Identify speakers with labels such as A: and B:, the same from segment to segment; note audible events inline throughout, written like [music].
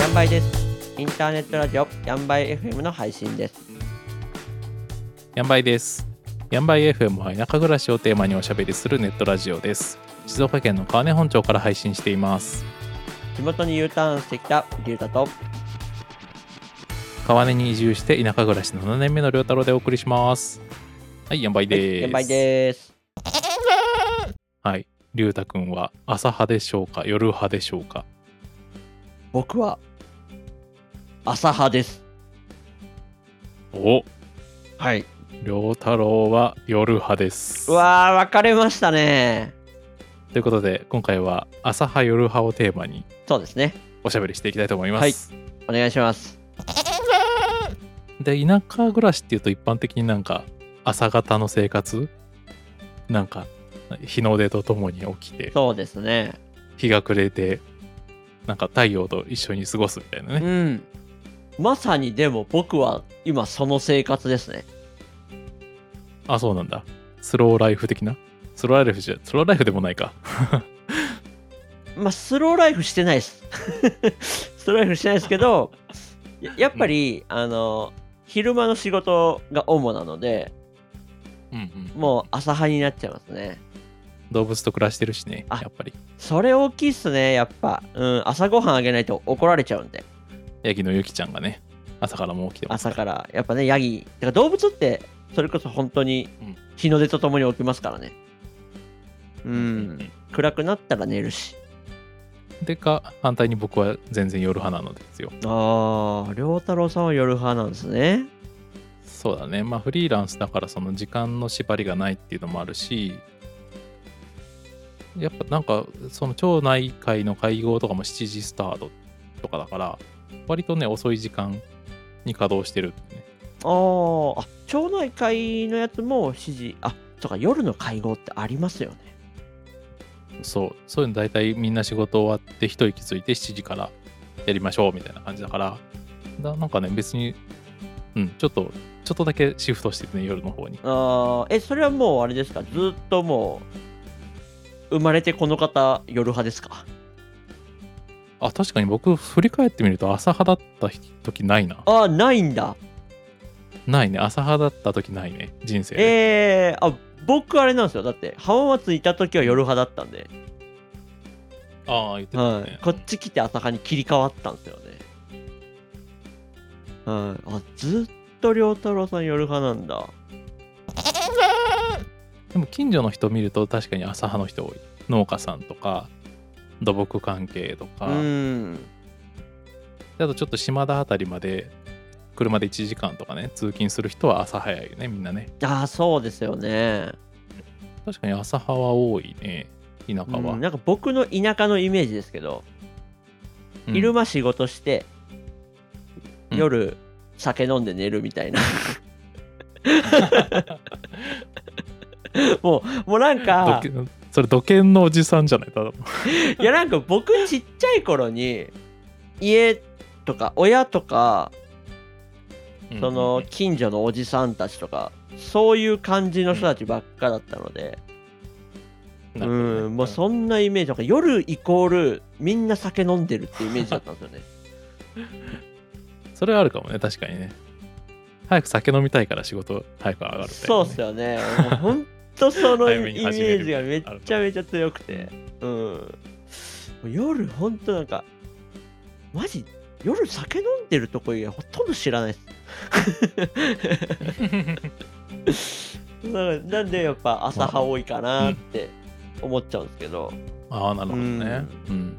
A: ヤンバイです。インターネットラジオヤンバイ FM の配信です。
B: ヤンバイです。ヤンバイ FM は田舎暮らしをテーマにおしゃべりするネットラジオです。静岡県の川根本町から配信しています。
A: 地元に U ターンしてきたリュウタと
B: 川根に移住して田舎暮らし7年目の良太郎でお送りします。はい、ヤンバイです。
A: ヤンバイです。
B: はい、龍太くんは朝派でしょうか、夜派でしょうか。
A: 僕は朝派です。
B: お、
A: はい。
B: 良太郎は夜派です。
A: うわー、分かれましたね。
B: ということで、今回は朝派夜派をテーマに
A: そうですね。
B: おしゃべりしていきたいと思います。
A: お願いします。
B: で、田舎暮らしっていうと一般的になんか朝方の生活なんか日の出とともに起きて
A: そうですね。
B: 日が暮れてなんか太陽と一緒に過ごすみたいな
A: う
B: ね、
A: ん。まさにでも僕は今その生活ですね。
B: あそうなんだスローライフ的なスローライフじゃスローライフでもないか
A: まあ、スローライフしてないです。 [laughs] スローライフしてないですけど、ややっぱり、あの、昼間の仕事が主なので、
B: うん、うん、
A: もう朝派になっちゃいますね。
B: 動物と暮らしてるしね
A: あ
B: やっぱり
A: それ大きいっすね、やっぱ。うん、朝ごはんあげないと怒られちゃうんで、
B: ヤギのユキちゃんがね朝からもう起きてます
A: 朝から。やっぱね、ヤギ。てか動物って、それこそ本当に
B: うん
A: 日の出とともに起きますからね。う、
B: うんん
A: 暗くなったら寝るし。
B: でか反対に僕は全然夜派なのですよ
A: ああ、良太郎さんは夜派なんですね。
B: そうだねまあフリーランスだからその時間の縛りがないっていうのもあるしやっぱなんかその町内会の会合とかも7時スタートとかだから割とね遅い時間に稼働してる、ね、
A: あーあ、町内会のやつも7時、あそうか、夜の会合ってありますよね。
B: そうそういうの大体みんな仕事終わって一息ついて7時からやりましょうみたいな感じだからだなんかね別にうんちょっとちょっとだけシフトしててね夜の方に
A: ああ、え、それはもうあれですか、ずっともう、生まれてこの方、夜派ですか。
B: あ確かに僕振り返ってみると朝派だった時ないな
A: ああ、ないんだ。
B: ないね朝派だった時ないね人生で、
A: えー、あ僕あれなんですよだって浜松いた時は夜派だったんで、
B: ああ言ってた
A: は
B: ね、
A: い、こっち来て朝霞に切り替わったんですよね、はい、あずっと良太郎さん夜派なんだ
B: でも近所の人見ると確かに朝派の人多い農家さんとか土木関係とか、
A: うーん
B: であとちょっと島田辺りまで車で1時間とかね通勤する人は朝早いよねみんなね
A: ああそうですよね、
B: 確かに朝派は多いね田舎は、
A: うんなんか僕の田舎のイメージですけど、
B: うん
A: 昼間仕事して
B: うん
A: 夜酒飲んで寝るみた
B: [laughs]
A: いなもうもうなんか
B: どけそれ土建のおじさんじゃな
A: [laughs]
B: いただの
A: いやなんか僕ちっちゃい頃に家とか親とかその近所のおじさんたちとかそういう感じの人たちばっかだったので
B: う
A: う
B: んなるほどね
A: んもうそんなイメージだから夜イコールみんな酒飲んでるっていうイメージだったんですよね
B: それはあるかもね確かにね早く酒飲みたいから仕事早く上がるみたいなね
A: そうっすよねもうほんとそのイ
B: [laughs] 早
A: メ
B: めに始め
A: ー
B: る
A: ジがめっちゃめちゃ強くてうんもう夜ほんとなんかマジ夜酒飲んでるとこ以外ほとんど知らないっす [laughs] なんかなんでやっぱ朝派多いかなって思っちゃうんですけど、
B: ああなるほどねうん、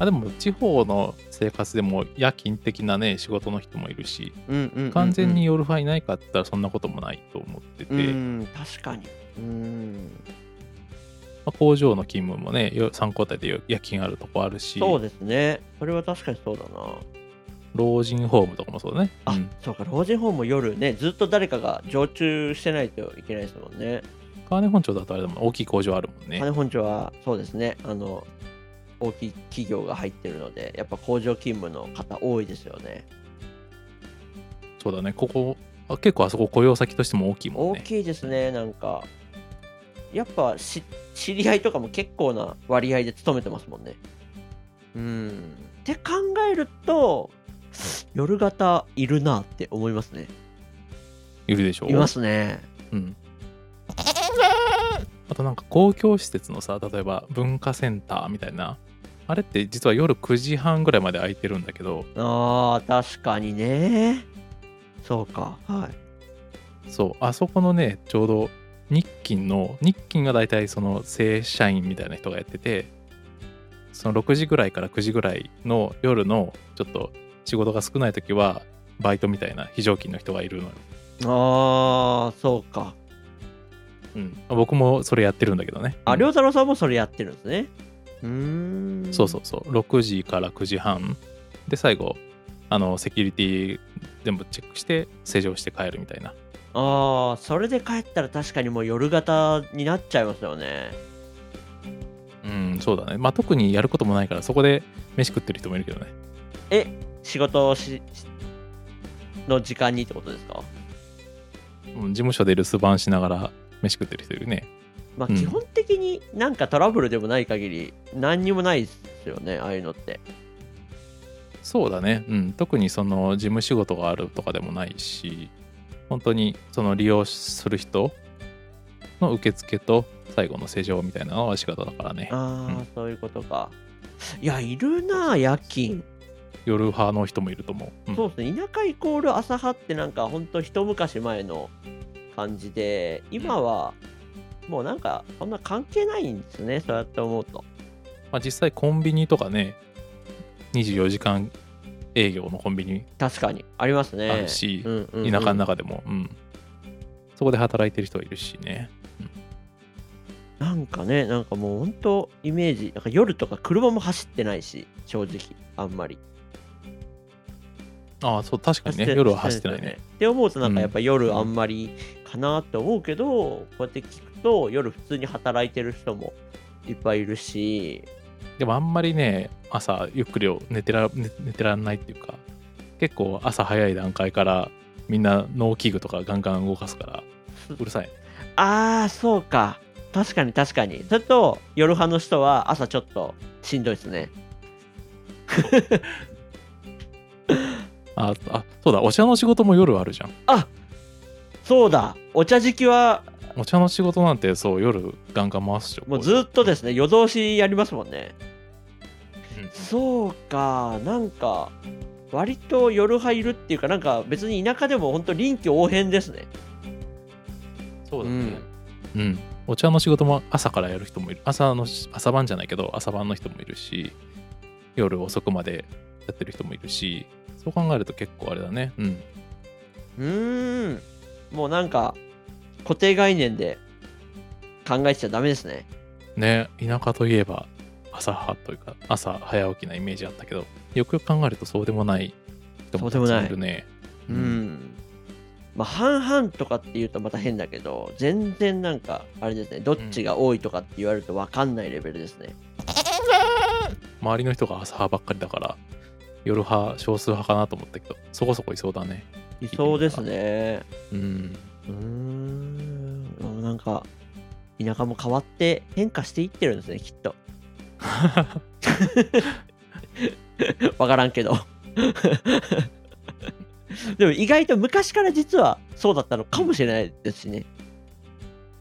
B: あでも地方の生活でも夜勤的なね仕事の人もいるし
A: うんうんうんうん
B: 完全に夜ファいないかって言ったらそんなこともないと思ってて、
A: う
B: ま
A: ん確かにうん
B: あ、工場の勤務もねよ参考体で夜勤あるとこあるし
A: そうですねそれは確かにそうだな
B: 老人ホームとかもそうだね
A: あ、
B: うん
A: そうか老人ホームも夜ねずっと誰かが常駐してないといけないですもんね
B: 川根本町だとあれだもん大きい工場あるもんね
A: 金本町はそうですねあの大きい企業が入ってるのでやっぱ工場勤務の方多いですよね
B: そうだねここあ結構あそこ雇用先としても大きいもん
A: 大
B: ね。
A: きいですねなんかやっぱし知り合いとかも結構な割合で勤めてますもんねうんって考えると夜型いるなって思いますね
B: いるでしょ
A: いますね
B: うん。 [laughs] あとなんか公共施設のさ、例えば文化センターみたいな、あれって実は夜9時半ぐらいまで空いてるんだけど、
A: あー確かにねそうかはい
B: そう、あそこのね、ちょうど日勤の、日勤が大体その正社員みたいな人がやってて、その6時ぐらいから9時ぐらいの夜のちょっと仕事が少ない時は、バイトみたいな非常勤の人がいるのよ。
A: あーそうか
B: うん。僕もそれやってるんだけどね。
A: あ
B: うん
A: 良太郎さんもそれやってるんですねうーん
B: そうそうそう6時から9時半で最後あのセキュリティ全部チェックして施錠して帰るみたいな
A: ああそれで帰ったら確かにもう夜型になっちゃいますよね
B: うんそうだねまあ特にやることもないからそこで飯食ってる人もいるけどね
A: え仕事をししの時間にってことですか
B: うん事務所で留守番しながら飯食ってる人いるね
A: まあ
B: うん
A: 基本的になんかトラブルでもない限り何にもないですよねああいうのって
B: そうだねうん特にその事務仕事があるとかでもないし本当にその利用する人の受付と最後の施錠みたいなのは仕方だからね
A: ああ、
B: うん
A: そういうことかいやいるなあ夜勤
B: 夜派の人もいると思う、うん
A: そうですね田舎イコール朝派ってなんかほんと一昔前の感じで今はもうなんかそんな関係ないんですねそうやって思うと
B: まあ、実際コンビニとかね24時間営業のコンビニ
A: 確かにありますね
B: あるし、
A: うんうんうん
B: 田舎の中でも、うんそこで働いてる人いるしね
A: なんかね、なんかもう本当イメージ、なんか夜とか車も走ってないし、正直、あんまり。
B: ああそう確かにね夜は走ってないね
A: ですよって思うと、なんかやっぱ
B: う
A: 夜
B: ん
A: あんまりかなって思うけど、こうやって聞くと、夜普通に働いてる人もいっぱいいるし、
B: でもあんまりね朝ゆっくりを寝てら寝寝てらんないっていうか結構朝早い段階からみんな脳器具とかガンガン動かすからうるさいね
A: あー、そうか。確かに確かに。それと、夜派の人は朝ちょっとしんどいですね。
B: ああそうだお茶の仕事も夜あるじゃん
A: あそうだ、お茶敷きは
B: お茶の仕事なんてそう夜ガンガン回すでしょ、
A: もうずっとですすね、夜通しやりますもんね。
B: うん
A: そうか、なんか、割と夜派いるっていうか、なんか別に田舎でも本当臨機応変ですね。
B: そうだね。うん。お茶の仕事も朝からやる人もいる。朝のし、朝晩じゃないけど、朝晩の人もいるし、夜遅くまでやってる人もいるし、そう考えると結構あれだね。うん。
A: うーん、もうなんか、固定概念で考えちゃダメですね。
B: ね、田舎といえば、朝派というか、朝早起きなイメージあったけど、よくよく考えるとそうでもない人もたくさんいるね。
A: うん。まあ、半々とかっていうとまた変だけど、全然なんか、あれですね、どっちが多いとかって言われると分かんないレベルですね。
B: 周りの人が朝派ばっかりだから、夜派、少数派かなと思ったけど、そこそこいそうだね。
A: いそうですね。
B: うん。
A: うーん、でもなんか、田舎も変わって変化していってるんですね、きっと。わからんけど。でも意外と昔から実はそうだったのかもしれないですしね。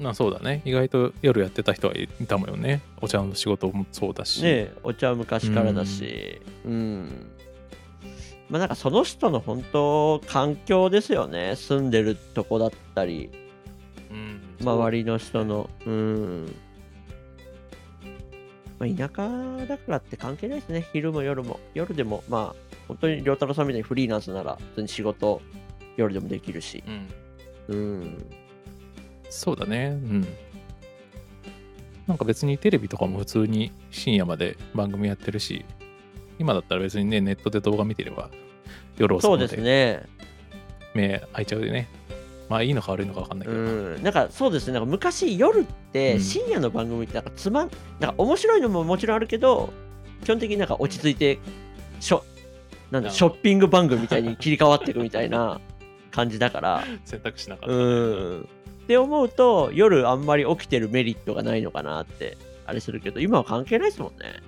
B: まあそうだね。意外と夜やってた人はいたもんよね。お茶の仕事もそうだし。
A: ねえお茶は昔からだし。うん。まあなんかその人の本当環境ですよね。住んでるとこだったり、
B: うん
A: 周りの人のうん、まあ、田舎だからって関係ないですね昼も夜も夜でもまあ本当に良太郎さんみたいにフリーランスなら普通に仕事夜でもできるし
B: うん、
A: うん
B: そうだねうんなんか別にテレビとかも普通に深夜まで番組やってるし今だったら別にねネットで動画見てれば夜遅
A: そう
B: く
A: で
B: ますで
A: ね
B: 目開いちゃうでねまあいいのか悪いのか分かんないけ
A: う
B: ど、
A: んなんかそうですねなんか昔夜っ
B: う
A: て
B: ん
A: 深夜の番組ってなんかつまんなんか面白いのももちろんあるけど基本的になんか落ち着いてしょなんだ
B: うん [laughs]
A: ショッピング番組みたいに切り替わっていくみたいな感じだから、
B: 選択しなかった
A: う
B: ね、
A: ん。って思うと、夜あんまり起きてるメリットがないのかなって、あれするけど、今は関係ないですもんね。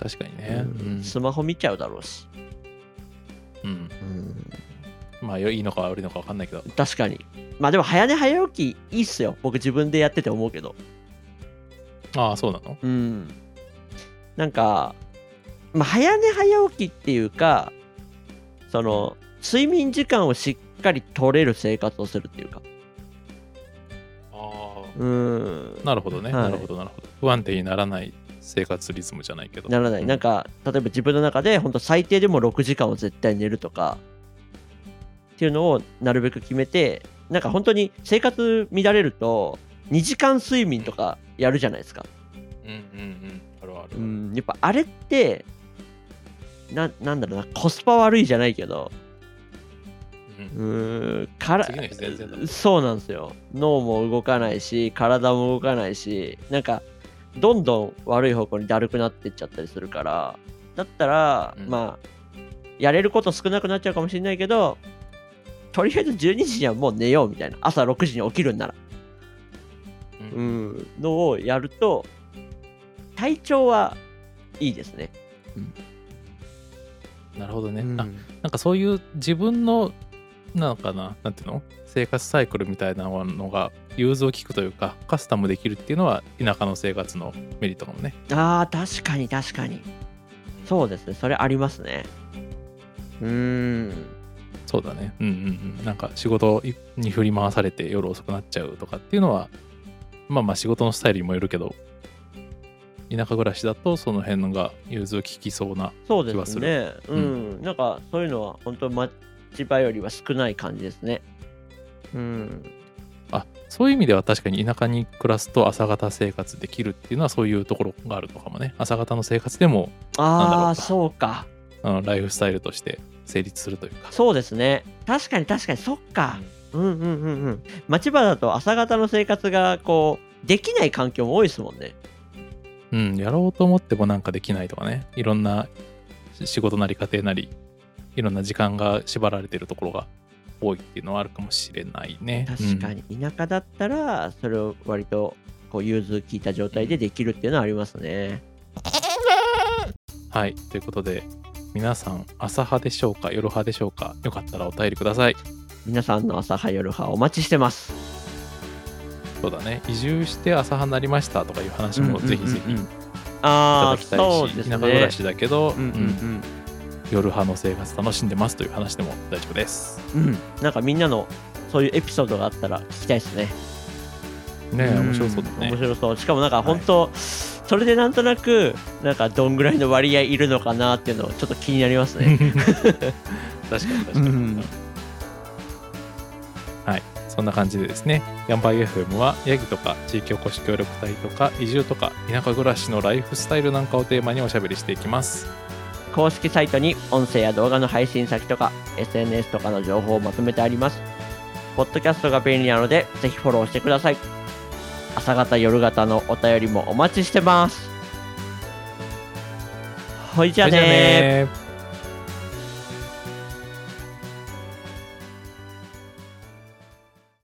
B: 確かに
A: う
B: ね、うんん
A: スマホ見ちゃうだろうし。
B: うんまあよいいのか悪いのか分かんないけど
A: 確かに。まあでも、早寝早起きいいっすよ。僕自分でやってて思うけど。
B: ああそうなの
A: うん。なんか、まあ、早寝早起きっていうか、その、睡眠時間をしっかり取れる生活をするっていうか。
B: あ
A: うん。
B: なるほどね、
A: はい
B: なるほどなるほど不安定にならない生活リズムじゃないけど
A: ならない。なんか、例えば自分の中で、本当最低でも6時間を絶対寝るとか、っていうのをなるべく決めて、なんか本当に生活乱れると、2時間睡眠とかやるじゃないですか。
B: うんうんうんあるある、
A: うん、やっぱあれって、ななんだろうな、コスパ悪いじゃないけど、
B: うん
A: うーんから
B: 次の日全然だもん
A: そうなんですよ脳も動かないし体も動かないしなんかどんどん悪い方向にだるくなってっちゃったりするからだったら、
B: うん
A: まあやれること少なくなっちゃうかもしれないけどとりあえず12時にはもう寝ようみたいな朝6時に起きるんなら、
B: うん
A: うん、のをやると体調はいいですね。
B: なるほどね、
A: うん
B: あなんかそういう自分のなのかななんていうの生活サイクルみたいなのが融通を聞くというかカスタムできるっていうのは田舎の生活のメリットかもね
A: あー確かに確かにそうですねそれありますね。うーん
B: そうだねうんうんうんなんか仕事に振り回されて夜遅くなっちゃうとかっていうのはまあまあ仕事のスタイルにもよるけど田舎暮らしだとその辺のが融通を聞きそうな
A: そう
B: 気
A: で
B: は
A: す
B: す
A: ね。う
B: うん
A: ん、なんかそういうのは本当町場よりは少ない感じですね。うん、
B: あそういう意味では確かに田舎に暮らすと朝方生活できるっていうのはそういうところがあるのかもね朝方の生活でもなんだ
A: あ
B: ろ
A: あ
B: う
A: そうか
B: うんライフスタイルとして成立するというか。
A: そうですね確かに確かにそっか、うん、うんうんうん町場だと朝方の生活がこうできない環境も多いですもんね
B: うん、やろうと思ってもなんかできないとかね、いろんなし仕事なり家庭なり、いろんな時間が縛られてるところが多いっていうのはあるかもしれないね。
A: 確か
B: うん
A: に田舎だったらそれを割とこう融通聞いた状態でできるっていうのはありますね
B: はい、ということで、皆さん、朝派でしょうか、夜派でしょうか、よかったらお便りください。
A: 皆さんの朝派夜派お待ちしてます
B: そうだね、移住して朝派になりましたとかいう話もぜひぜひいた
A: あ
B: だ
A: あ
B: きたいし、
A: そうで
B: 田
A: す
B: 舎暮ら
A: ね
B: しだけ
A: う
B: ど、
A: ん
B: うん夜派の生活楽しんでますという話でも大丈夫です。
A: うんうんなんかみんなのそういうエピソードがあったら聞きたいですね
B: ねえ
A: うん
B: 面白そうだね
A: 面。白そうしかもなんか本当、それでなんとなくなんかどんぐらいの割合いるのかなっていうのをちょっと気になりますね
B: 確かに確かに、
A: うん
B: はいそんな感じでですねヤンバイ FM はヤギとか地域おこし協力隊とか移住とか田舎暮らしのライフスタイルなんかをテーマにおしゃべりしていきます
A: 公式サイトに音声や動画の配信先とか SNS とかの情報をまとめてありますポッドキャストが便利なのでぜひフォローしてください朝方夜方のお便りもお待ちしてますほいじゃあね
B: それじゃあねー